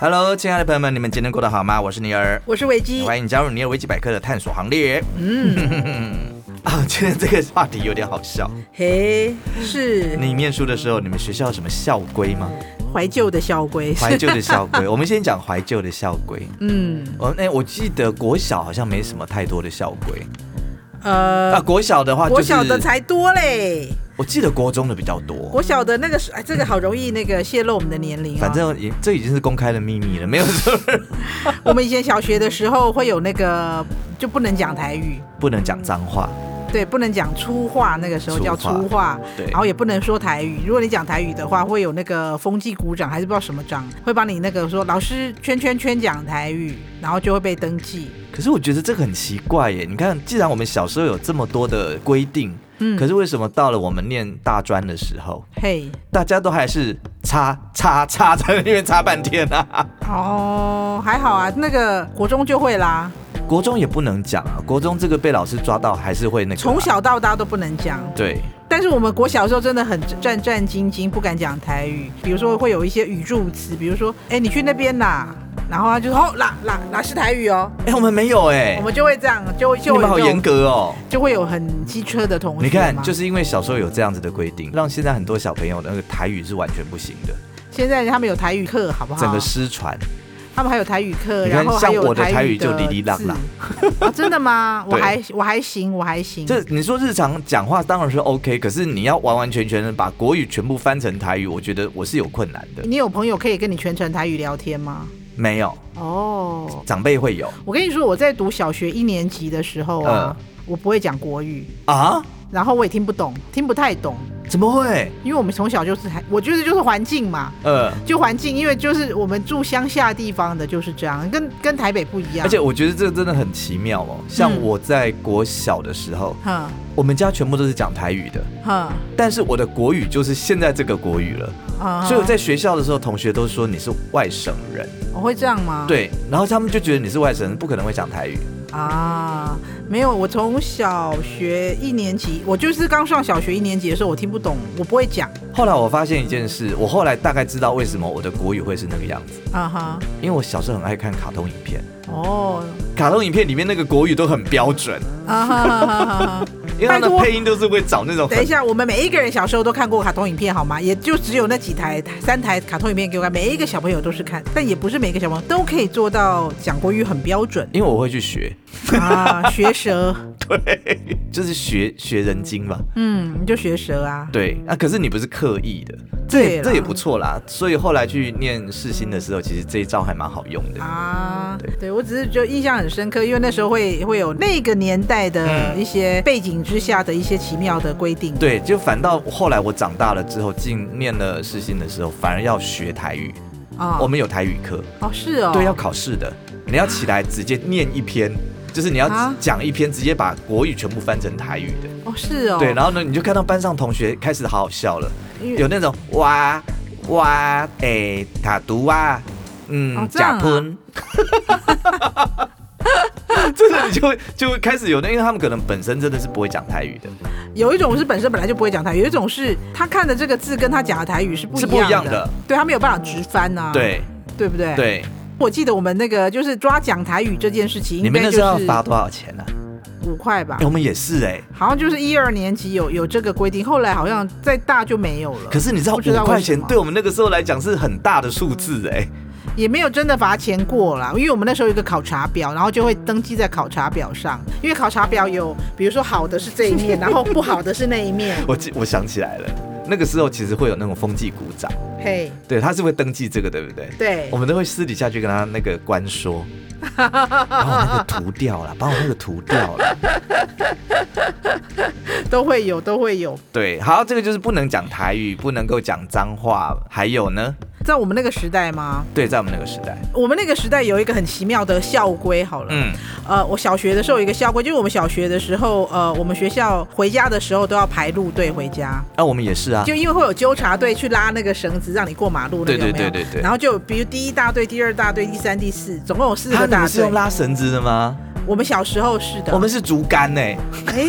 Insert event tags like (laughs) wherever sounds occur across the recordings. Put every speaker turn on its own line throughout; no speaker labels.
Hello，亲爱的朋友们，你们今天过得好吗？我是尼尔，
我是维基。
欢迎加入尼尔维基百科的探索行列。嗯， (laughs) 啊，今天这个话题有点好笑。
嘿，是
你念书的时候，你们学校有什么校规
(laughs)
吗？
怀旧的校规。
怀旧的校规，我们先讲怀旧的校规。
(laughs) 嗯，
哦，那我记得国小好像没什么太多的校规。啊，
呃，
国小的话、就是，
国小的才多嘞，
我记得国中的比较多。
国小的那个是，哎，这个好容易那个泄露我们的年龄、哦。
反正也这已经是公开的秘密了，没有说 (laughs)
我们以前小学的时候会有那个，就不能讲台语，
不能讲脏话。
对，不能讲粗话，那个时候叫
粗话
粗话，
对
然后也不能说台语。如果你讲台语的话，会有那个风纪股长还是不知道什么长，会帮你那个说老师圈圈圈讲台语，然后就会被登记。
可是我觉得这个很奇怪耶！你看，既然我们小时候有这么多的规定，
嗯
可是为什么到了我们念大专的时候，
嘿，
大家都还是擦擦擦在那边擦半天啊？ (laughs)
哦，还好啊，那个国中就会啦，
国中也不能讲啊，国中这个被老师抓到还是会那个啊、
从小到大都不能讲。
对
但是我们国小的时候真的很战战兢兢，不敢讲台语。比如说会有一些语助词，比如说，哎、你去那边啦，然后他就说，哦，啦啦啦是台语哦，
哎、我们没有哎、
我们就会这样，就就
你
会有
们好
这种
严格哦。
就会有很机车的同学嘛。
你看，就是因为小时候有这样子的规定，让现在很多小朋友的那个台语是完全不行的，
现在他们有台语课，好不好？
整个失传。
他们还有台语课，
你看
然后还
像我
有
的台语
语
就
的
哩哩啦啦
字。啊真的吗？我
(laughs) 对
还我还行，我还行。
这你说日常讲话当然是 OK，可是你要完完全全的把国语全部翻成台语，我觉得我是有困难的。
你有朋友可以跟你全程台语聊天吗？
没有，
哦，
长辈会有
我跟你说，我在读小学一年级的时候啊，
嗯
我不会讲国语，
啊？
然后我也听不懂，听不太懂，
怎么会？
因为我们从小就是台，我觉得就是环境嘛。
呃，
就环境，因为就是我们住乡下地方的，就是这样，跟跟台北不一样。
而且，我觉得这真的很奇妙哦。像
嗯
我在国小的时候，
哼
我们家全部都是讲台语的，
哼，
但是我的国语就是现在这个国语了。
啊
所以我在学校的时候，同学都说你是外省人，
我会这样吗？
对，然后他们就觉得你是外省人，不可能会讲台语。
啊，没有，我从小学一年级，我就是刚上小学一年级的时候，我听不懂，我不会讲。
后来我发现一件事，我后来大概知道为什么我的国语会是那个样子，
啊哈，
因为我小时候很爱看卡通影片，
哦， (laughs)
卡通影片里面那个国语都很标准，
啊哈哈哈哈哈。
因为他的
拜托
配音都是会找那种
(laughs) 等一
很
下，我们每一个人小时候都看过卡通影片，好吗？也就只有那几台、三台卡通影片给我看，每一个小朋友都是看，但也不是每一个小朋友都可以做到讲国语很
(laughs)
标准
因为我会去学，
啊。学舌，
就是学学人精嘛。
嗯，你就学舌啊。
对，啊，可是你不是刻意的，这
对
也
啦
这也不错啦。所以后来去念世新的时候，其实这一招还蛮好用的。
啊
对，
对我只是就印象很深刻，因为那时候会会有那个年代的
嗯
一些背景之下的一些奇妙的规定。
对，就反倒后来我长大了之后，进念了世新的时候，反而要学台语。
啊
我们有台语课，
哦是哦，
对，要考试的，你要起来直接念一篇，就是你要
啊
讲一篇，直接把国语全部翻成台语的。
哦是哦，
对，然后呢，你就看到班上同学开始好好笑了，
因为
有那种哇哇诶塔毒啊，嗯
哦这样啊
假喷。 (laughs) 真的，你就会就会开始有那，因为他们可能本身真的是不会讲台语的，
有一种是本身本来就不会讲台语，有一种是他看的这个字跟他讲的台语是不
是不一
一
样
样
的，
对他没有办法直翻呐、啊，
对
对不对？，
对。
我记得我们那个就是抓讲台语这件事情，
你
应
们
该
那
就
时候要
是
罚多少钱呢、啊
五块吧
哎，我们也是哎、
好像就是一二年级有有这个规定，后来好像再大就没有了
可，是你知道
不知道
五块
为什
钱
么
对我们那个时候来讲是很大的数字哎、
也没有真的罚钱过啦，因为我们那时候有一个考察表，然后就会登记在考察表上，因为考察表有比如说好的是这一面，然后不好的是那一面，
(laughs) 我记我想起来了，那个时候其实会有那种风纪股长，
嘿，
对，他是会登记这个，对不对？
对
我，们都会私底下去跟他那个官说，把我那个涂掉
(laughs)
了，把我那个涂掉了。
都会有都会有。
对，好，这个就是不能讲台语，不能够讲脏话，还有呢，
在我们那个时代吗？
对，在我们那个时代，
我们那个时代有一个很奇妙的校规，好了，
嗯，
呃，我小学的时候有一个校规，就是我们小学的时候，呃，我们学校回家的时候都要排路队回家，
那、我们也是啊，
就因为会有纠察队去拉那个绳子让你过马路，那个有
对对
没有
对对对
然后就比如第一大队、第二大队、第三、第四，总共有四
啊
个
你
大啊
们是
队
用。拉绳子的吗？
我们小时候是的，
我们是竹竿欸呢、
哎、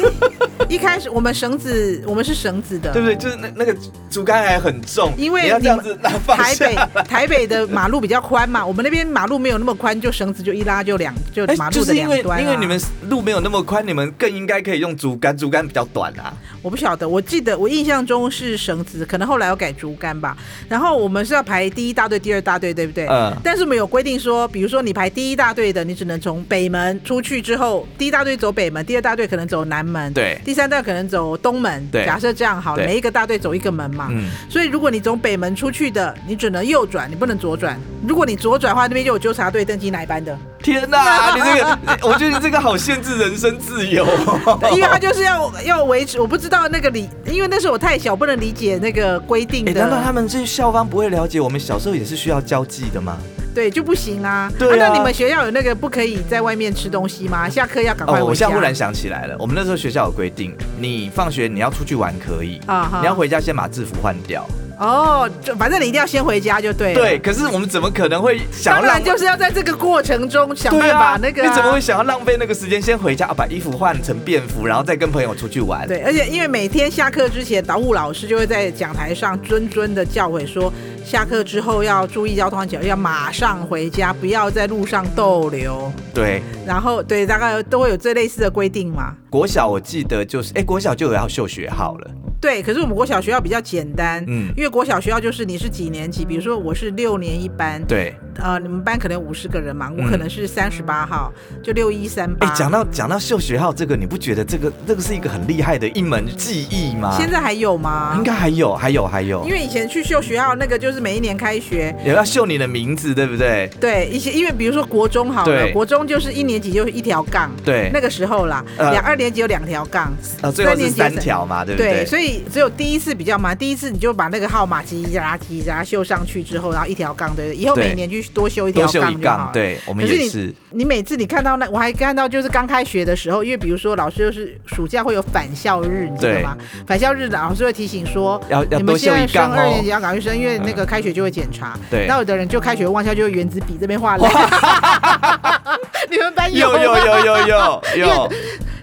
一开始我们绳子，我们是绳子的，
对不对？就是那那个竹竿还很重，
因为
你要这样
你
子拉放
台
下
北。台北的马路比较宽嘛，我们那边马路没有那么宽，就绳子就一拉就两就
哎
马
就
路的
是因
两
为
端、啊
因为你们路没有那么宽，你们更应该可以用竹竿，竹竿比较短啊。
我不晓得，我记得我印象中是绳子，可能后来有改竹竿吧。然后我们是要排第一大队、第二大队，对不对？
嗯
但是我们有规定说，比如说你排第一大队的，你只能从北门出去之后，第一大队走北门，第二大队可能走南门，
对
第三大队可能走东门。
对
假设这样好了，
对
每一个大队走一个门嘛。
嗯，
所以如果你从北门出去的，你只能右转，你不能左转。如果你左转的话，那边就有纠察队登记哪一班的，
天哪、你这个， (laughs) 我觉得你这个好限制人身自由、哦。
因为他就是要要维持。我不知道那个理，因为那时候我太小，不能理解那个规定
哎、
的。
难道他们这些校方不会了解我们小时候也是需要交际的吗？
对就不行啊。
对啊
那你们学校有那个不可以在外面吃东西吗？下课要赶快
哦，我
回
现
家。
在忽然想起来了，我们那时候学校有规定，你放学你要出去玩可以，
啊哈
你要回家先把制服换掉。
哦，就反正你一定要先回家就对了。
对，，可是我们怎么可能会想要
当
浪
然
费？
就是要在这个过程中想
对
办
啊
法，那个、啊
你怎么会想要浪费那个时间先回家，啊、把衣服换成便服，然后再跟朋友出去玩？
对，而且因为每天下课之前，导务老师就会在讲台上谆谆的教诲说，下课之后要注意交通安全，要马上回家，不要在路上逗留。
对，
然后对，大概都会有这类似的规定嘛。
国小我记得就是，哎、国小就有要秀学号了，
对，可是我们国小学校比较简单，
嗯
因为国小学校就是你是几年级，比如说我是六年一班，
对。
呃，你们班可能有五十个人嘛，我
嗯
可能是三十八号，就六一三八
哎、。讲到讲到秀学号这个，你不觉得这个这个是一个很厉害的一门技艺吗？
现在还啊有吗？
应该还有，还有，还有
因，为以前去秀学校那个就是每一年开学，
也要秀你的名字，对不对？
对，一些因为比如说国中好了，
对
国中就是一年级就是一条杠，
对
那个时候啦，
呃
两、二年级有两条杠，
呃，最后
三
是
年级
三条嘛，对不对？
对，所以只有第一次比较忙，第一次你就把那个号码集加集加绣上去之后，然后一条杠，对不对？以后
对
每年去多修一条
多秀一
杠就好
杠，
了。
对我们
可是
也
你
是，
你每次你看到那，我还看到就是刚开学的时候，因为比如说老师就是暑假会有返校日，你知道吗？返校日老师会提醒说，
要要
你
多
们现
秀
在
一
升
杠
二年级
哦。
要赶快去升，因为那个开学就会检查。
对
那有的人就开学望校就会原子笔这边画泪。 (laughs) 你们班有啊
有
吗
有有有有
(laughs)
有，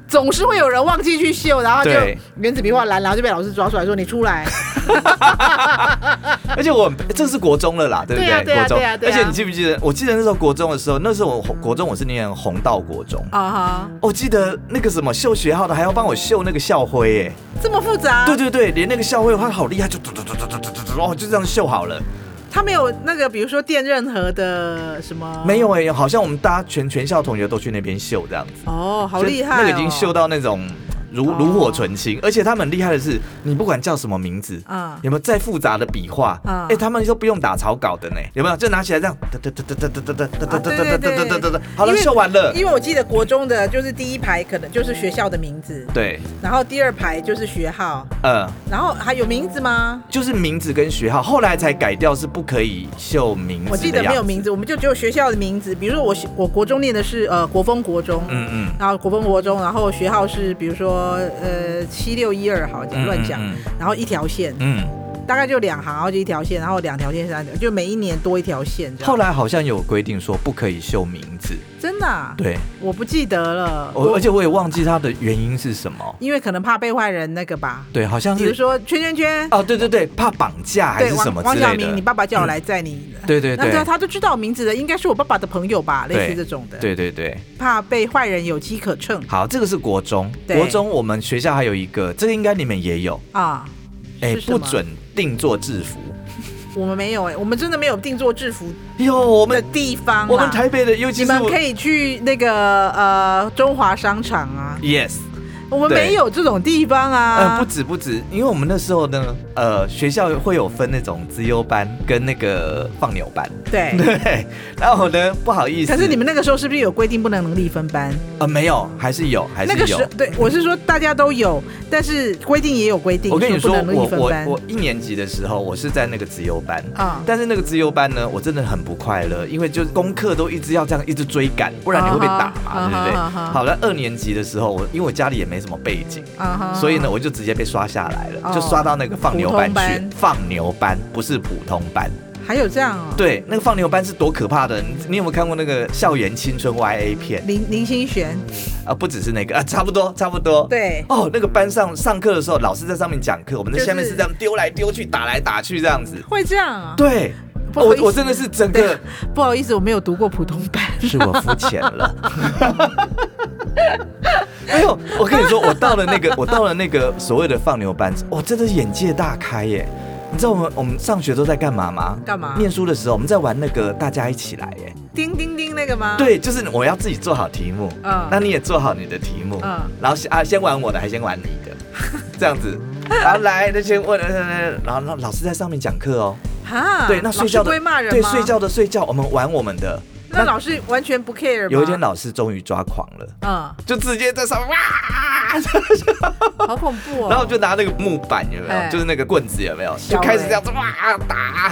总是会有人忘记去绣，然后就
对
原子笔画蓝，然后就被老师抓出来说你出来。
而且我这是国中了啦，对不
对啊对啊
国中
对啊，对
而
啊嗯
且你记不记得？我记得那时候国中的时候，那时候我国中我是念红道国中，
(laughs)
哦
啊哈，
我记得那个什么秀学号的还要帮我秀那个校徽耶。
这么复杂？
对对对，连那个校徽他好厉害，就嘟嘟嘟嘟嘟嘟嘟嘟，哦，就这样秀好了。
他没有那个，比如说电任何的什么？
没。有哎、好像我们大家全全校同学都去那边秀这样子，
哦，好厉害、哦！
那个已经秀到那种如
哦
炉火纯青，而且他们厉害的是，你不管叫什么名字。
啊、
有没有再复杂的笔画？哎、
嗯
他们都不用打草稿的呢，有没有？就拿起来这样，哒哒哒哒哒哒哒哒哒哒哒哒哒哒哒，好了，秀完了。
因为我记得国中的就是第一排可能就是学校的名字，
对，
然后第二排就是学号，
呃，
然后还有名字吗？
就是名字跟学号，后来才改掉是不可以秀名嗯字的
我记得没有
样子
名字，我们就只有学校的名字。比如说我学我国中念的是呃国风国中，
嗯嗯，
然后国风国中，然后学号是比如说呃七六一二，好讲
嗯
乱讲，然后一条线，
嗯。嗯
大概就两行，然后就一条线，然后两条线三条，就每一年多一条线这样。
后来好像有规定说不可以秀名字，
真的、啊，
对，
我不记得了，
我而且我也忘记它的原因是什么。
因为可能怕被坏人那个吧，
对，好像
比如
是
说圈圈圈，
哦，对对对，怕绑架还
对，
是什
王
么
王
之
小
类
明，你
的。
爸爸叫我来载你。
对对
那对啊，
对
他都知道我名字的，应该是我爸爸的朋友吧，类似
对
这种的，
对对对，
怕被坏人有机可乘
好，这个是国中，
对
国中我们学校还有一个，这个应该你们也有，
啊。
哎，
是什
不
么
准定做制服。
我们没有哎、我们真的没有定做制服
哟，我
的
们
地方啦啊
我们台北的，尤其
你
是
们
我
可以去那个呃中华商场啊，
yes，
我们
对
没有这种地方
呃，
啊。
不止不止，因为我们那时候呢，呃，学校会有分那种资优班跟那个放牛班，
对，
(laughs) 对，然后呢，不好意思，
哎可是你们那个时候是不是有规定不能能力分班？
呃，没有，还是有，还
那个
是
时
有。
候对，我是说大家都有，但是规定也有规定，
我跟你说，
说不能能
我
力分
我
班
我一年级的时候，我是在那个资优班，
啊。
但是那个资优班呢，我真的很不快乐，因为就是功课都一直要这样一直追赶，不然你会被打嘛，
啊哈
对不对
啊哈啊哈？
好了，二年级的时候，我因为我家里也没什么背景。
啊哈
所以呢，，我就直接被刷下来了，
哦
就刷到那个放牛班
普通
去
班。
放牛班不是普通班，
还有这样哦。
对，那个放牛班是多可怕的！你你有没有看过那个校园青春 YA 片
林林心璇，
啊？不只是那个啊， (laughs) 差不多，差不多。。
对，
哦，那个班上上课的时候，老师在上面讲课，我们在
就是
下面是这样丢来丢去、打来打去这样子。
会这样啊？
对，哦
不好
我
意思
我真的是整
对
个，
不好意思，我没有读过普通班。
是我肤浅
(laughs)
了。没有，我跟你说，我到了那个，我到了那个所谓的放牛班，我真的是眼界大开耶！你知道我们我们上学都在干嘛吗？
干嘛
念书的时候，我们在玩那个大家一起来耶。
叮叮叮那个吗？，
对，就是我要自己做好题目，
啊嗯
那你也做好你的题目，
嗯
然后先啊先玩我的，还先玩你
(laughs)
的，这样子，然后来那先问， (laughs) 呃然后让老师在上面讲课哦，
哈，
对，那睡觉
嗯老师不
的
会骂人
对
吗
睡，觉的睡觉，我们玩我们的。
那老师完全不 care 吗
有一天，老师终于抓狂了，
嗯，
就直接在上面哇，
好恐怖哦。
然后就拿那个木板有没
哎
有，就是那个棍子有没有，
小
就开始
欸
这样子哇打，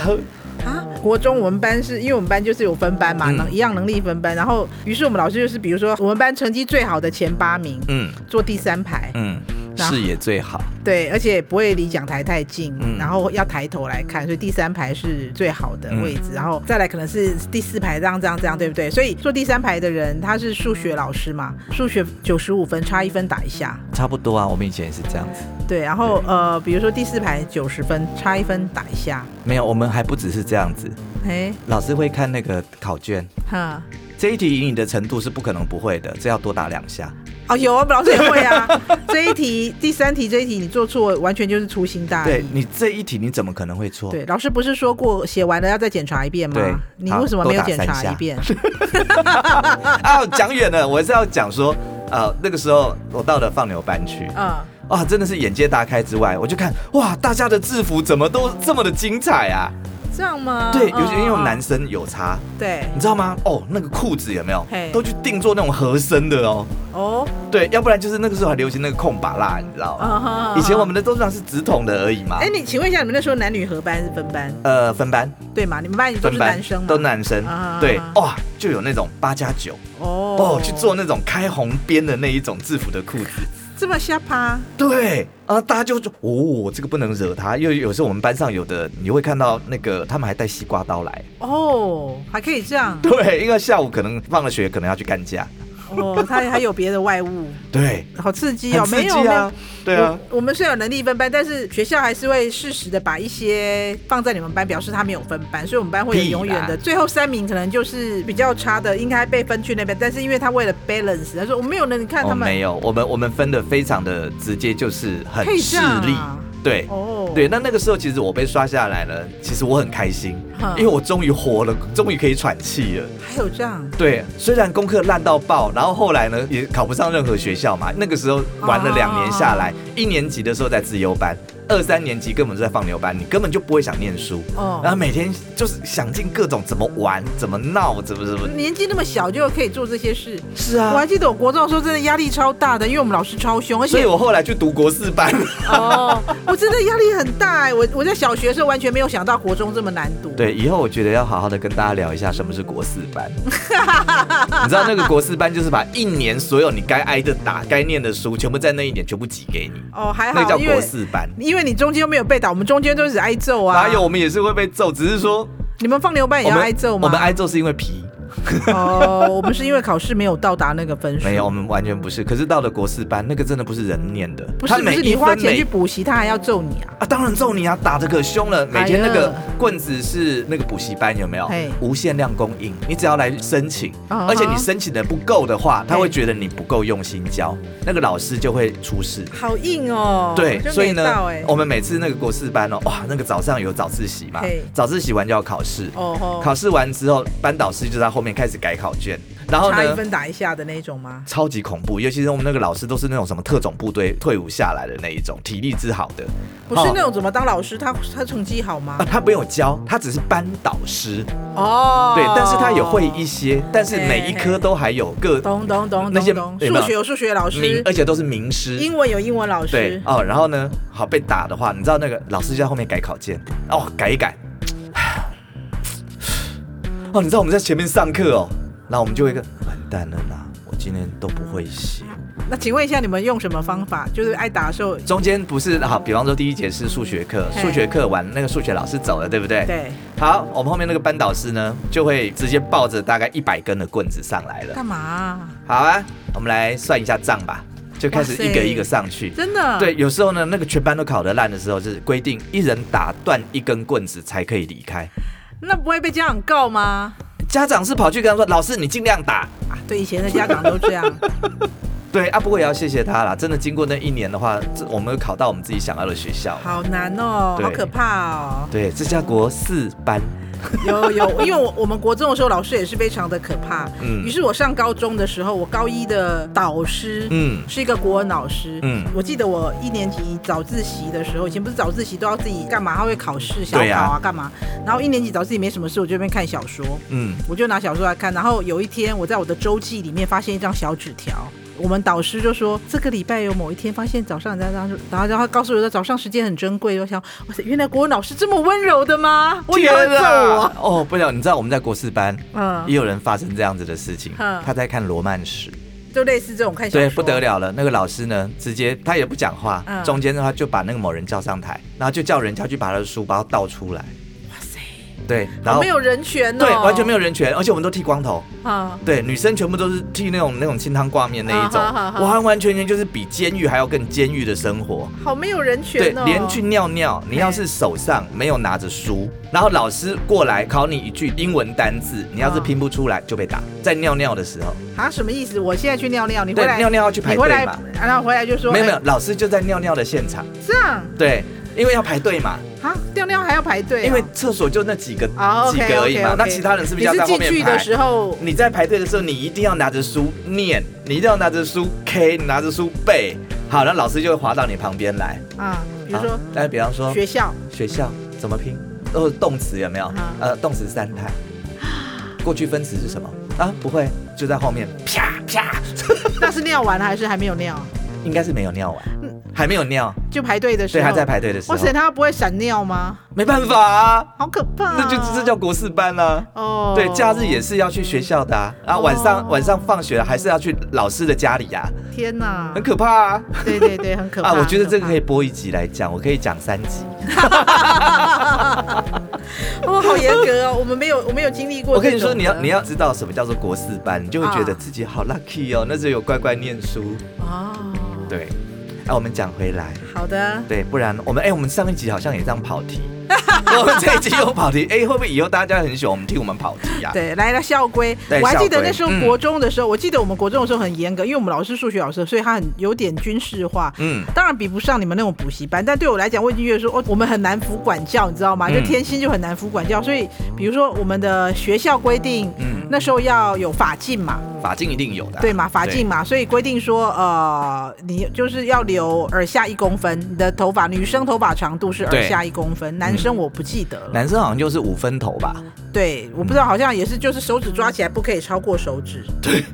啊，国中我们班是因为我们班就是有分班嘛，
嗯
能一样能力分班，然后于是我们老师就是比如说我们班成绩最好的前八名
嗯
坐第三排，
嗯，
然后
视野最好，
对，而且不会离讲台太近，
嗯
然后要抬头来看，所以第三排是最好的
嗯
位置，然后再来可能是第四排这样这样这样，对不对？所以坐第三排的人他是数学老师嘛，数学九十五分差一分打一下，
差不多啊，我们以前也是这样子，
对，然后呃比如说第四排九十分差一分打一下，
没有，我们还不只是这样子，
哎
老师会看那个考卷。
哈。
这一题以你的程度是不可能不会的，这要多打两下。
哦，有啊，我们老师也会啊。
(laughs)
这一题，第三题这一题你做错，完全就是粗心大
对
意。
你这一题你怎么可能会错？
哎对，老师不是说过写完了要再检查一遍吗
对？
你
好
为什么没有
多打
检查
三下 (laughs)
一遍？
啊，讲远了，我是要讲说，呃，那个时候我到了放牛班去，
嗯，
哇，真的是眼界大开之外，我就看哇，大家的制服怎么都这么的精彩啊？
这样吗？
对，尤其因为我们男
生。
生有差，
对，
你知道吗？哦，那个裤子有没有
嘿
都去定做那种合身的哦？
哦，
对，要不然就是那个时候还流行那个空把蜡，你知道吗？
啊
以前我们。的都是是直筒的而已嘛
哎，。你请问一下，你们那时候男女合班是分班
呃，分班，
对吗？你们班也都
分
是
班，
男生吗？
都男生，
啊
对，哇，就有那种八加九。
哦
哦，去做那种开红边的那一种制服的裤子。
这么瞎趴
对，啊，大家就就哦，这个不能惹他，因为有时候我们班上有的你会看到那个他们还带西瓜刀来。
哦，还可以这样
对，因为下午可能放了学，可能要去干架。
哦，他还有别的外物，
对，
好刺激
很
哦！
刺
没有
激
没
啊
有，。
对啊，
我，我们虽然有能力分班，但是学校还是会适时的把一些放在你们班，表示他没有分班，所以我们班会有
屁啦
永远的最后三名，可能就是比较差的，应该被分去那边。但是因为他为了 balance，他说我没有能，你看
我
他们
哦没有，我们我们分的非常的直接，就是很
可以这
势
样
利。
啊
对，
哦，
对，那那个时候其实我被刷下来了，其实我很开心
哼，
因为我终于活了，终于可以喘气了。
还有这样
对，虽然功课烂到爆，然后后来呢也考不上任何学校嘛。那个时候玩了两年下
哦
来，一年级的时候在自由班，二三年级根本就在放牛班，你根本就不会想念书。
哦
然。后每天就是想尽各种怎么玩、怎么闹、怎么怎么。
年纪那么小就可以做这些事，
是
我还，记得我国中的时候真的压力超大的，因为我们老师超凶， (laughs) 而
所以
且
我后来去读国四
(laughs)
班。
哦，我真的压力很大哎、我我在小学的时候完全没有想到国中这么难读，
对，以后我觉得要好好的跟大家聊一下什么是国四班。 (laughs) 你知道那个国四班就是把一年所有你该挨的打、该念的书，全部在那一年全部挤给你，
哦还
那个
好，
叫
因
国
为
四班。
因为你中间又没有被打，我们中间都是挨揍啊。
哪有？我们也是会被揍，只是说
你们放牛班也
我
哎要
们
挨揍吗？
我们挨揍是因为皮，
哦，我们是因为考试没有到达那个分数。
没有，我，们完全不是。可是到了国四班，那个真的不是人念的，
不
他
是不
每
是，
一
你花
分
钱去
每
补习，他还要揍你啊？
啊，当然揍你啊，打的可凶了。每天那
哎
个
呀
棍子是那个补习班有没有
嘿？
无限量供应，你只要来申请，
啊
而且你申请的不够的话，他
嘿
会觉得你不够用心教，那个老师就会出事。
好硬哦。
对，
就
所以
没
呢哦
到哎，
我们每次那个国四班哦，哇，那个早上有早自习嘛
嘿，
早自习完就要考试，
哦吼
考试完之后，班导师就在后面开始改考卷，然后
差一
呢，
分打一下的那种吗？
超级恐怖，尤其是我们那个老师都是那种什么特种部队退伍下来的那一种，体力之好的，
不是
哦
那种怎么当老师，他他成绩好吗
啊、？他没有教，他只是班导师，
哦，
(laughs) 对，但是他也会一些，但是每一科都还有各
懂懂懂
那些
懂懂，
有
数
没有
学有数学老
名
师，，
而且都是名师。
英文有英文老
对
师，
哦，然后呢，好被打的话，你知道那个老师就在后面改考卷，哦，改一改，哦，你知道我们在前面上课哦，然后我们就会一个完蛋了啦，我今天都不会写。
那请问一下，你们用什么方法？就是挨打的时候，
中间不是好，比方说第一节是数学课，
嘿
数学课完那个数学老师走了，对不对？。
对，
好，我们后面那个班导师呢，就会直接抱着大概一百根的棍子上来了。
干嘛啊、
好啊，我们来算一下账吧，就开始
哇塞
一个一个上去。
真的？
对，，有时候呢，那个全班都考得烂的时候，是规定一人打断一根棍子才可以离开。
那不会被家长告吗？
家长是跑去跟他说：“老师，你尽量打。
啊，对，以前的家长
(laughs)
都这样。
对”啊，不过也要谢谢他啦，真的经过那一年的话，这我们有考到我们自己想要的学校。
好难哦，
对
好可怕哦。
对，这家国四班，
有有，因为我我们国中的时候，老师也是非常的可怕。
嗯
于是我上高中的时候，我高一的导师，
嗯
是一个国文老师，
嗯
我记得我一年级早自习的时候，以前不是早自习都要自己干嘛？他会考试、小
对
考
啊
啊，干嘛？然后一年级早自习没什么事，我就在那边看小说，
嗯，
我就拿小说来看。然后有一天，我在我的周记里面发现一张小纸条，我们导师就说这个礼拜有某一天发现早上人家当，然后然后他告诉我说早上时间很珍贵。我想，哇塞，原来国文老师这么温柔的吗？我以为他会
天
揍我。
啊！哦，不了，你知道我们在国四班也
嗯，
有人发生这样子的事情，
嗯
他在看罗曼史，
就类似这种看哎小说，
对，不得了了。那个老师呢，直接他也不讲话，
嗯
中间的话就把那个某人叫上台，然后就叫人家去把他的书包倒出来。
哇塞，
对，然
好
后
没有人权哦，
对，完全没
有
有人权，而且我们都剃光头，
啊。
对，女生全部都是剃那种那种清汤挂面那一种
啊哈哈，哈
完完全全就是比监狱还要更监狱的生活。
好没有人
对
权哦！，哎
连去尿尿，你要是手上没有拿着书，然后老师过来考你一句英文单字，你要是
嗯
拼不出来就被打。在尿尿的时候，
啊，什么意思？我现在去尿尿，你回
对
来，
尿尿要去排
你回来
队嘛，，
然后回来就说
没有没
哎
有，老师就在尿尿的现场，
这样
对，因为要排队嘛，
啊，尿尿还要排队哦、
因为厕所就那几个
啊
几
OK，
个而已
OK，OK
嘛，那其他人是不是要
你
在
是
后
进去
面
的
排？
时候
你在排队的时候，你一定要拿着书念，你一定要拿着书 K，你拿着书背。好，那老师就会滑到你旁边来。
啊，比如
好
说
那比方说
学校
学校怎么拼，都是动词有没有
啊？
呃，动词三态，过去分词是什么啊？不会，就在后面啪啪， (laughs)
那是尿完了还是还没有尿？
应该是没有尿完
嗯，
还没有尿，
就排队的时
所以
候，
还在。排队的时候
哇，塞，他不会闪尿吗？
没办法啊，
好可怕、啊！
那就这叫国事班啦、
哦，
对，假日也是要去学校的啊，然后晚上、
哦
晚上放学了还是要去老师的家里呀、
天哪
很，可怕啊！
对对对，很可怕
啊，我觉得这个可以
以，
播一集来讲，我可以讲三集，
哇，好严格哦，我们没有，我没有经历过
我
这
跟你
种的。
说，你要你要知道什么叫做国四班，你就会觉得
啊
自己好 lucky 哦，那时候有乖乖念书。
哦，
对，啊，我们讲回来，
好的，
对，不然我们哎、我们上一集好像也这样跑
(laughs)
题，我们这一集又跑题，哎、会不会以后大家很喜欢我们听我们跑题呀、啊？
对，来了校规，
对
我还记
校
得
规
那时候
嗯
国中的时候，我记得我们国中的时候很严格，因为我们老师数学老师，所以他很有点军事化。
嗯，
当然比不上你们那种补习班，但对我来讲，我已经觉得说，哦，我们很难服管教，你知道吗？就
嗯
天心就很难服管教，所以比如说我们的学校规定，
嗯
那时候要有法禁嘛，
法镜一定有的啊、
对嘛，法禁嘛，所以规定说，呃，你就是要留耳下一公分，你的头发，女生头发长度是耳
对
下一公分，男生我不记得了。
男生好像就是五分头吧，
对，我不知道，好像也是，就是手指抓起来不可以超过手指，对，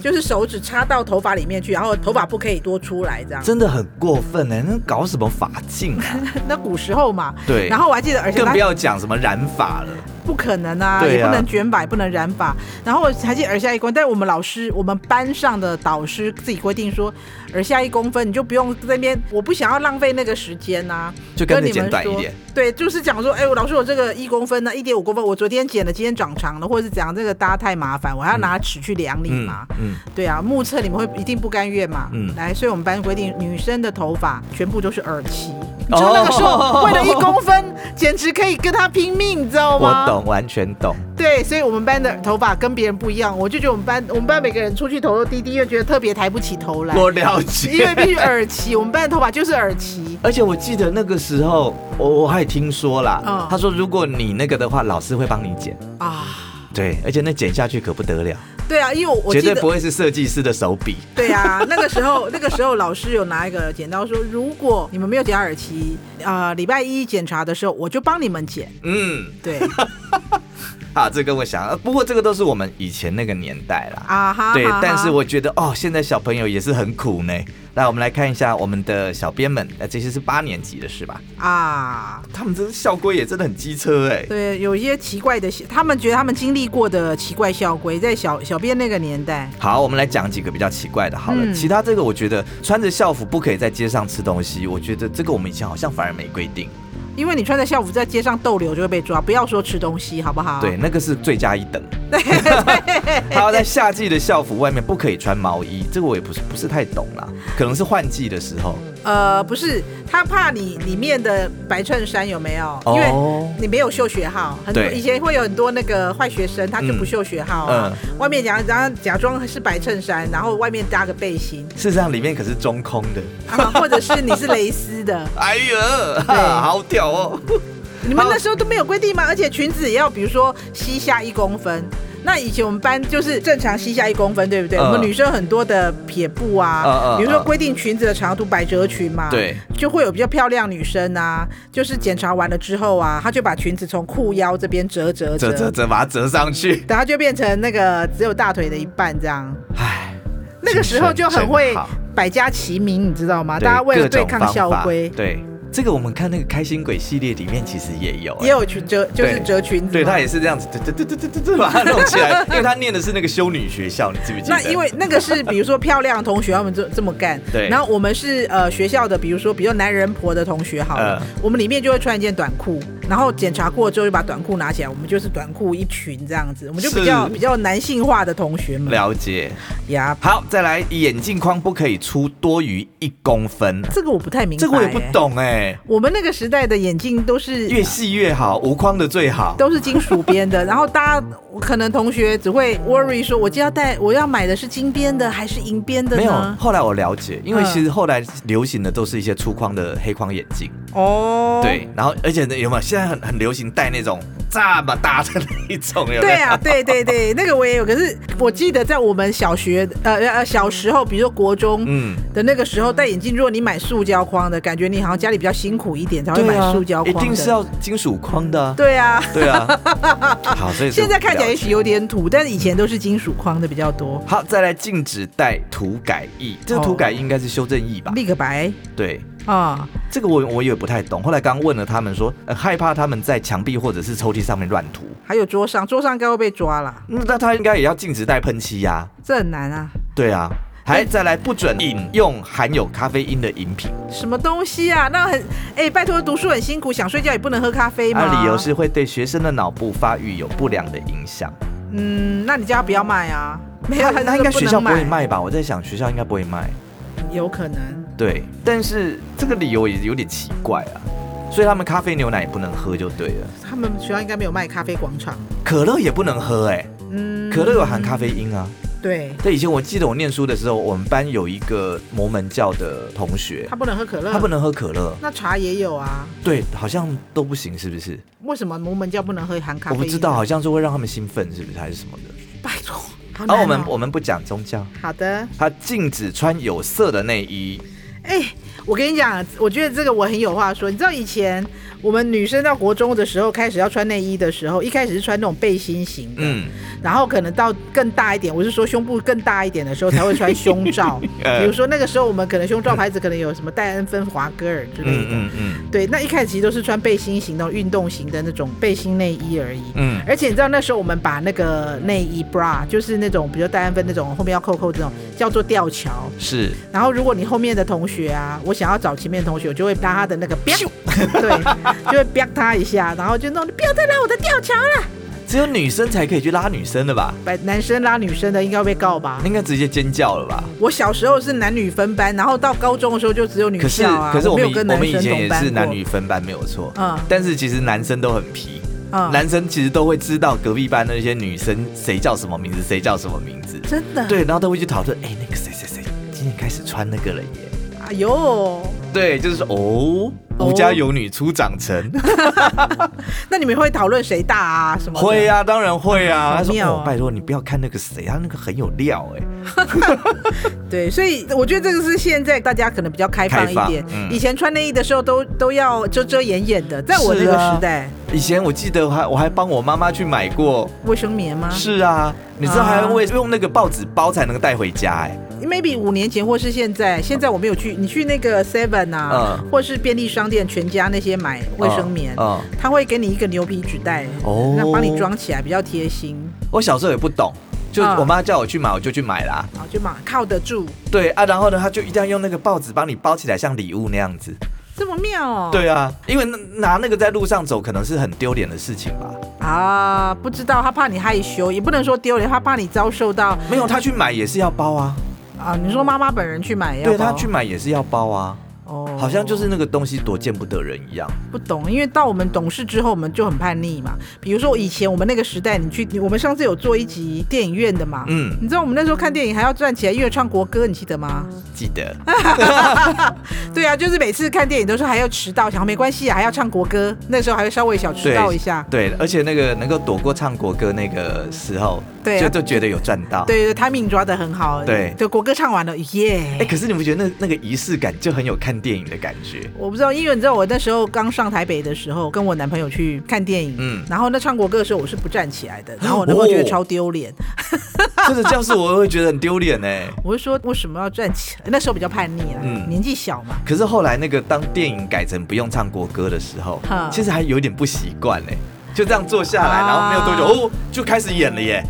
就是手指插到头发里面去，然后头发不可以多出来这样。
真的很过分哎、那搞什么法镜
(laughs)
啊？
那古时候嘛，
对，
然后我还记得，而且
更
它
不要讲什么染发了，
不可能啊，
对啊
也不能卷发，也不能染发。然后我还记得耳下一公，但我们老师，我们班上的导师自己规定说，耳下一公分你就不用在那边，我不想要浪费那个时间呐、
就跟
跟
着
你
剪
们
短一
说
点。，
对，就是讲说，哎、我老师，我这个一公分呢，一点五公分，我昨天剪了，今天长长了，或者是怎样，这个大家太麻烦，我还要拿尺去量你嘛。
嗯，
对啊，目测你们会一定不甘愿嘛。
嗯
来，所以我们班规定女生的头发全部都是耳齐。你知道那个时候
哦
为了一公分，简直可以跟他拼命，你知道
我
吗？。
懂，完全懂。
对，所以我们班的头发跟别人不一样，我就觉得我们班我们班每个人出去头都低低，又觉得特别抬不起头来，
我了
(laughs) 因为必须
解。
耳齐。我们班的头发就是耳齐。
而且我记得那个时候，我我还听说啦，
嗯
他说如果你那个的话，老师会帮你剪。
啊。
对，而且那剪下去可不得了，
对啊，因为我我
绝
记
对
得
不会是设计师的手笔。
对啊，那个时候那个时候老师有拿一个剪刀说，如果你们没有剪耳齐，啊，礼拜一检查的时候我就帮你们剪。
嗯，
对，
啊，这跟我想，呃不过这个都是我们以前那个年代啦。
啊哈，
对
哈哈，
但是我觉得哦，现在小朋友也是很苦呢。来，我们来看一下我们的小编们，呃，这些是八年级的是吧？
啊，
他们这校规也真的很机车哎、
对，有一些奇怪的，他们觉得他们经历过的奇怪校规，在小小编那个年代，
好，我们来讲几个比较奇怪的。好了，
嗯
其他这个我觉得穿着校服不可以在街上吃东西，我觉得这个我们以前好像反而没规定。
因为你穿着校服在街上逗留就会被抓，不要说吃东西，好不好？
对，，那个是罪加一
(laughs)
等。 (laughs) 还有在夏季的校服外面不可以穿毛衣，这个我也不是不是太懂啦，可能是换季的时候。
呃，不是，他怕你里面的白衬衫有没有？因为
哦，
你没有秀学号，很多
对
以前会有很多那个坏学生，他就不秀学号啊，
嗯
外面假然后假装是白衬衫，然后外面搭个背心，
事实上里面可是中空的。
啊，或者是你是蕾丝的，
哎呀，哈好屌
(laughs)
哦！
你们那时候都没有规定吗？而且裙子也要，比如说膝下一公分。那以前我们班就是正常膝下一公分，对不对？
嗯
我们女生很多的撇布啊，
嗯嗯
比如说
嗯
规定裙子的长度百褶裙嘛，，
对，
就会有比较漂亮女生啊，就是检查完了之后啊，她就把裙子从裤腰这边折折
折
折，
折折，把它折上去。
然后就变成那个只有大腿的一半这样。
唉，
(laughs) 那个时候就
精
很
神真
会
好
百家齐鸣，你知道吗？
对
大家为了
各种
对抗校
方法
规，
对，这个我们看那个开心鬼系列里面其实也有、哎
也有去折，就是
对
折裙子嘛。
对他也是这样子，对对对对对对，把它弄起
(laughs)
来，因为他念的是那个修女学校，你记不记得？
那因为那个是比如说漂亮的同学他们这这么干，
对
然后我们是呃学校的，比如说比较男人婆的同学好了，
嗯
我们里面就会穿一件短裤，然后检查过之后就把短裤拿起来，我们就是短裤一群这样子，我们就比较
是
比较男性化的同学们
了解。
呀。
好，再来，眼镜框不可以出多于一公分，
这个我不太明白、
这个我也不
欸。
懂哎、
我们那个时代的眼镜都是
越细越好，无框的最好。
都是金属边的，然后大家可能同学只会 worry 说，我今天要戴我要买的是金边的还是银边的
没有，
呢？
后来我了解，因为
嗯
其实后来流行的都是一些粗框的黑框眼镜，
哦，
对，然后而且呢有没有现在很很流行戴那种这么大的那一种，有没有？
对啊，对对对，那个我也有。可是我记得在我们小学，呃呃呃，小时候，比如说国中
嗯，
的那个时候，戴眼镜，如果你买塑胶框的，感觉你好像家里比较辛苦一点才会
对
买
啊，
塑胶框
一
的。
定是要金属框的啊、
对啊，
对啊， (laughs) 好，所以是
现在看起来
了
也
解
许有点土，但是以前都是金属框的比较多。
好，再来禁止带涂改液，这个
哦
涂改液应该是修正液吧？
立个白
对，
啊，
这个我我也不太懂。后来刚问了他们说，呃害怕他们在墙壁或者是抽屉上面乱涂，
还有桌上，桌上应该会被抓啦，
嗯那他应该也要禁止带喷漆呀、
这很难啊。
对啊，还再来不准饮用含有咖啡因的饮品，
什么东西啊？那很哎、拜托，读书很辛苦，想睡觉也不能喝咖啡
那
嘛。
啊理由是会对学生的脑部发育有不良的影响。
嗯，那你叫他不要买啊。没有，
那那应该学
能
校不会
买
卖吧？我在想学校应该不会卖。
有可能。
对，但是这个理由也有点奇怪啊，所以他们咖啡牛奶也不能喝就对了，
他们学校应该没有卖咖啡广场。
可乐也不能喝哎、
嗯
可乐有含咖啡因啊。
对，
对，以前我记得我念书的时候，我们班有一个摩门教的同学
他，不能喝可乐，
他不。能喝可乐，
那茶也有啊，
对，好像都不行，是不是？
为什么摩门教不能喝含咖
我
啡？
不知道，，好像是会让他们兴奋，是不是还是什么的？
拜托。
然
好
后
难哦
啊我们我们不讲宗教，
好的，
他禁止穿有色的内衣，
哎、我跟你讲，我觉得这个我很有话说。你知道以前我们女生到国中的时候开始要穿内衣的时候，一开始是穿那种背心型的，
嗯，
然后可能到更大一点，我是说胸部更大一点的时候才会穿胸罩。
(laughs) 呃
比如说那个时候我们可能胸罩牌子可能有什么戴恩芬、华歌尔之类的。
嗯嗯嗯
对，那一开始其实都是穿背心型的运动型的那种背心内衣而已。
嗯，
而且你知道那时候我们把那个内衣 bra，就是那种比如戴安芬那种后面要扣扣这种，叫做吊桥。
是
然后如果你后面的同学啊，我想要找前面的同学，我就会拉他的那个 biu，对，就 (laughs) 会 biu 他一下，然后就弄你不要再拉我的吊桥了。
只有女生才可以去拉女生的吧？
把男生拉女生的应该会被告吧？
应该直接尖叫了吧？
我小时候是男女分班，然后到高中的时候就只有女
可是
校啊，
可是我
没
们
有
以
跟
我
男
们以
生
前
同
也
班
是男
过
女分班没有错，
嗯
但是其实男生都很皮，
嗯
男生其实都会知道隔壁班的那些女生谁叫什么名字，谁叫什么名字，
真的
对，然后都会去讨论，哎，那个谁谁谁今天开始穿那个了耶，
哎呦，
对，就是说哦，
哦
吴家有女初长成，
那你们会讨论谁大啊什么的？
会啊，当然会啊。他
好
说
妙
哦，
啊
拜托你不要看那个谁，他那个很有料哎。
对，所以我觉得这个是现在大家可能比较开放一点。
开放嗯
以前穿内衣的时候都都要遮遮掩掩的，在我那
是
个
啊
时代，
以前我记得我还我还帮我妈妈去买过，
卫生棉吗
是啊，你知道
啊
还为用那个报纸包才能带回家哎。
？maybe 五年前或是现在，现在我没有去，你去那个 Seven 啊，
嗯
或是便利商店、全家那些买卫生棉，
嗯，嗯
他会给你一个牛皮纸袋，
哦
那帮你装起来比较贴心，
我小时候也不懂，就
嗯
我妈叫我去买，我就去买啦。
啊，就嘛靠得住，
对啊，然后呢，她就一定要用那个报纸帮你包起来，像礼物那样子。
这么妙哦。
对啊，因为那拿那个在路上走可能是很丢脸的事情吧。
啊，不知道他怕你害羞，也不能说丢脸，他怕你遭受到
没有，她去买也是要包啊，
啊。你说妈妈本人去买要
对
包啊
她去买也是要包啊，
哦
好像就是那个东西多见不得人一样。
不懂，因为到我们懂事之后，我们就很叛逆嘛。比如说以前我们那个时代，你去，我们上次有做一集电影院的嘛。
嗯，
你知道我们那时候看电影还要站起来，因为唱国歌，你记得吗？
记得
对啊，就是每次看电影都是还要迟到，想没关系啊，还要唱国歌。那时候还会稍微小迟到一下。
对，而且那个能够躲过唱国歌那个时候，
对啊
就就觉得有赚到。
对对，他命抓得很好。
对
就国歌唱完了，耶、
哎、可是你不觉得那那个仪式感就很有看电影的感觉？
(laughs) 我不知道，因为你知道我那时候刚上台北的时候，跟我男朋友去看电影，
嗯哦
然后那唱国歌的时候我是不站起来的，然后我那会觉得超丢脸，
这个教室我会觉得很丢脸哎。
我就说为什么要站起来？那时候比较叛逆啦，
嗯
年纪小嘛， (laughs)
可是后来那个当电影改成不用唱国歌的时候
哈，
其实还有点不习惯哎。就这样坐下来，
啊
然后没有多久哦，就开始演了耶。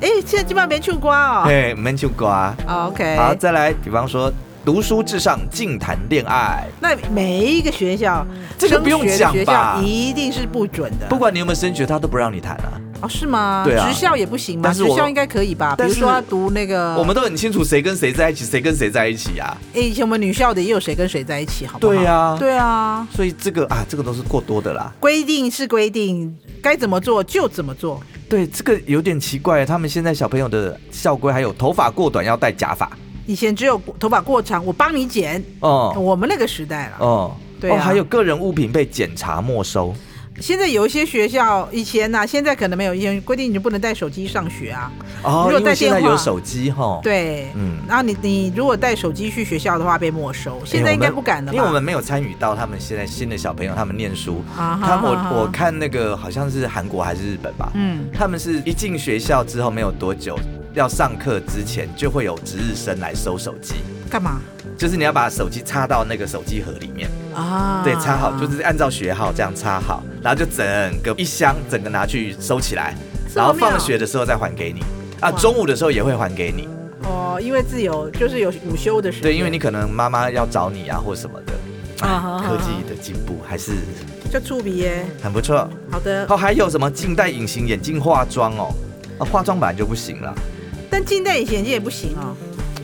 哎，现在基本上没去瓜哦。
哎，门就瓜。
哦 OK，
好，再来，比方说读书至上，尽谈恋爱。
那每一个学校，
这个不用讲吧
升学的学校一定是不准的。
不管你有没有升学，他都不让你谈啊。
哦，是吗？
对啊
职校也不行吗？
但是
职
我
校应该可以吧？比
但
如
是
说要读那个，
我们都很清楚谁跟谁在一起，谁跟谁在一起啊。
哎以前我们女校的也有谁跟谁在一起，好不好？
对啊
对啊，
所以这个啊，这个都是过多的啦。
规定是规定，该怎么做就怎么做。
对，这个有点奇怪。他们现在小朋友的校规还有头发过短要戴假发。
以前只有头发过长，我帮你剪。
哦
我们那个时代了，
哦，
对
哦，
啊
还有个人物品被检查没收。
现在有一些学校，以前呐、现在可能没有，以前规定你不能带手机上学啊。
哦
如，果
因
带
为现在
电话
有手机哈。
对，
嗯
然后你你如果带手机去学校的话，被没收。现在应该不敢了
哎
吧？
因为我们没有参与到他们现在新的小朋友他们念书。
啊哈
他们
啊哈
我我看那个好像是韩国还是日本吧，
嗯
他们是一进学校之后没有多久，要上课之前就会有值日生来收手机，
干嘛
就是你要把手机插到那个手机盒里面，
啊？
对，插好，就是按照学号这样插好，然后就整个一箱整个拿去收起来，
这
然
么
后
妙
放学的时候再还给你，啊，
哇
中午的时候也会还给你，
哦，因为自由就是有午休的时间。
对，因为你可能妈妈要找你啊或什么的。
啊好好
科技的进步还是
就触鼻耶。
很不错。
好的，
哦，还有什么近代隐形眼镜化妆哦？啊，化妆本来就不行了，
但近代以前也不行哦。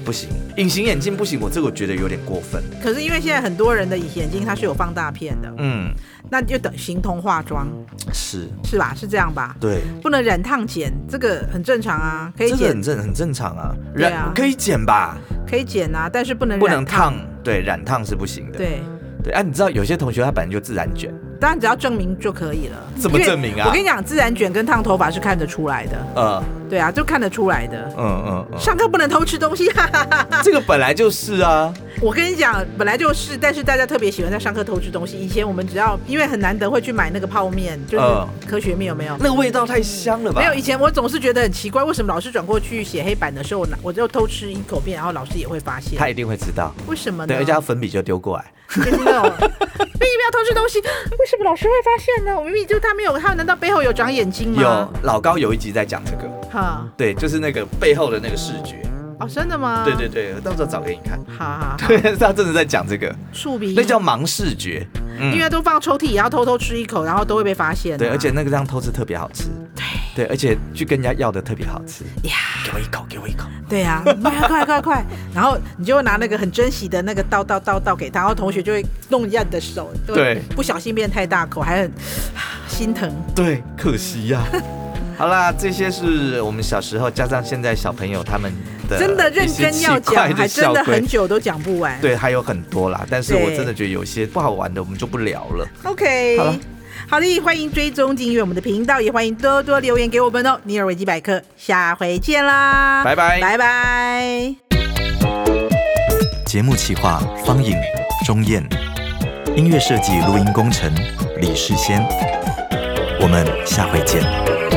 不行，隐形眼镜不行，我这个觉得有点过分。
可是因为现在很多人的眼睛它是有放大片的，
嗯，
那就等形同化妆
是
是吧？是这样吧？
对，
不能染烫剪，这个很正常啊，可以
这个
剪
很正很正常啊，
对啊
染、可以剪吧，
可以剪啊，但是不能
不
染
能烫，对，染烫是不行的。
对，
对啊，你知道有些同学他本来就自然卷，
当然只要证明就可以了。
怎么证明啊
因为我跟你讲，自然卷跟烫头发是看得出来的，
呃，
对啊，就看得出来的。
嗯嗯
上课不能偷吃东西，哈哈哈哈！
嗯，这个本来就是啊，
我跟你讲，本来就是，但是大家特别喜欢在上课偷吃东西。以前我们只要因为很难得会去买那个泡面，就是
嗯
科学面有没有？
那个味道太香了吧？
没有，以前我总是觉得很奇怪，为什么老师转过去写黑板的时候，我拿我就偷吃一口面，然后老师也会发现
他，一定会知道。
为什么呢？
对，而且他粉笔就丢过来，
(laughs) 就是那种为什么要偷吃东西？ (laughs) 为什么老师会发现呢？我明明就他没有，他难道背后有长眼睛吗
有？老高有一集在讲这个，
有哈
对，就是那个背后的那个视觉，
哦，真的吗？
对对，对，我到时候找给你看。
好好好，
对， (laughs) 他真的在讲这个，
树鼻
那叫盲视觉。嗯
嗯因为都放抽屉，然后偷偷吃一口，然后都会被发现啊、
对，而且那个这样偷吃特别好吃。对，而且去跟人家要的特别好吃。
呀，
给我一口，给我一口。
对呀、啊，快快快快， (laughs) 然后你就会拿那个很珍惜的那个倒倒倒倒给他，然后同学就会弄一下你的手，就会
对
不小心变太大口，还很啊心疼。
对，
(laughs)
可惜呀、好啦，这些是我们小时候加上现在小朋友他们的，
真的认真要讲，还真的很
久。
久都讲不完。
对，还有很多啦，但是
对
我真的觉得有些不好玩的，我们就不聊了。
，OK，
好了
好的，欢迎追踪订阅我们的频道，也欢迎多多留言给我们哦。尼尔维基百科，下回见啦，
拜拜
拜拜。
节目企划方颖、钟燕，音乐设计、录音工程李世先。我们下回见。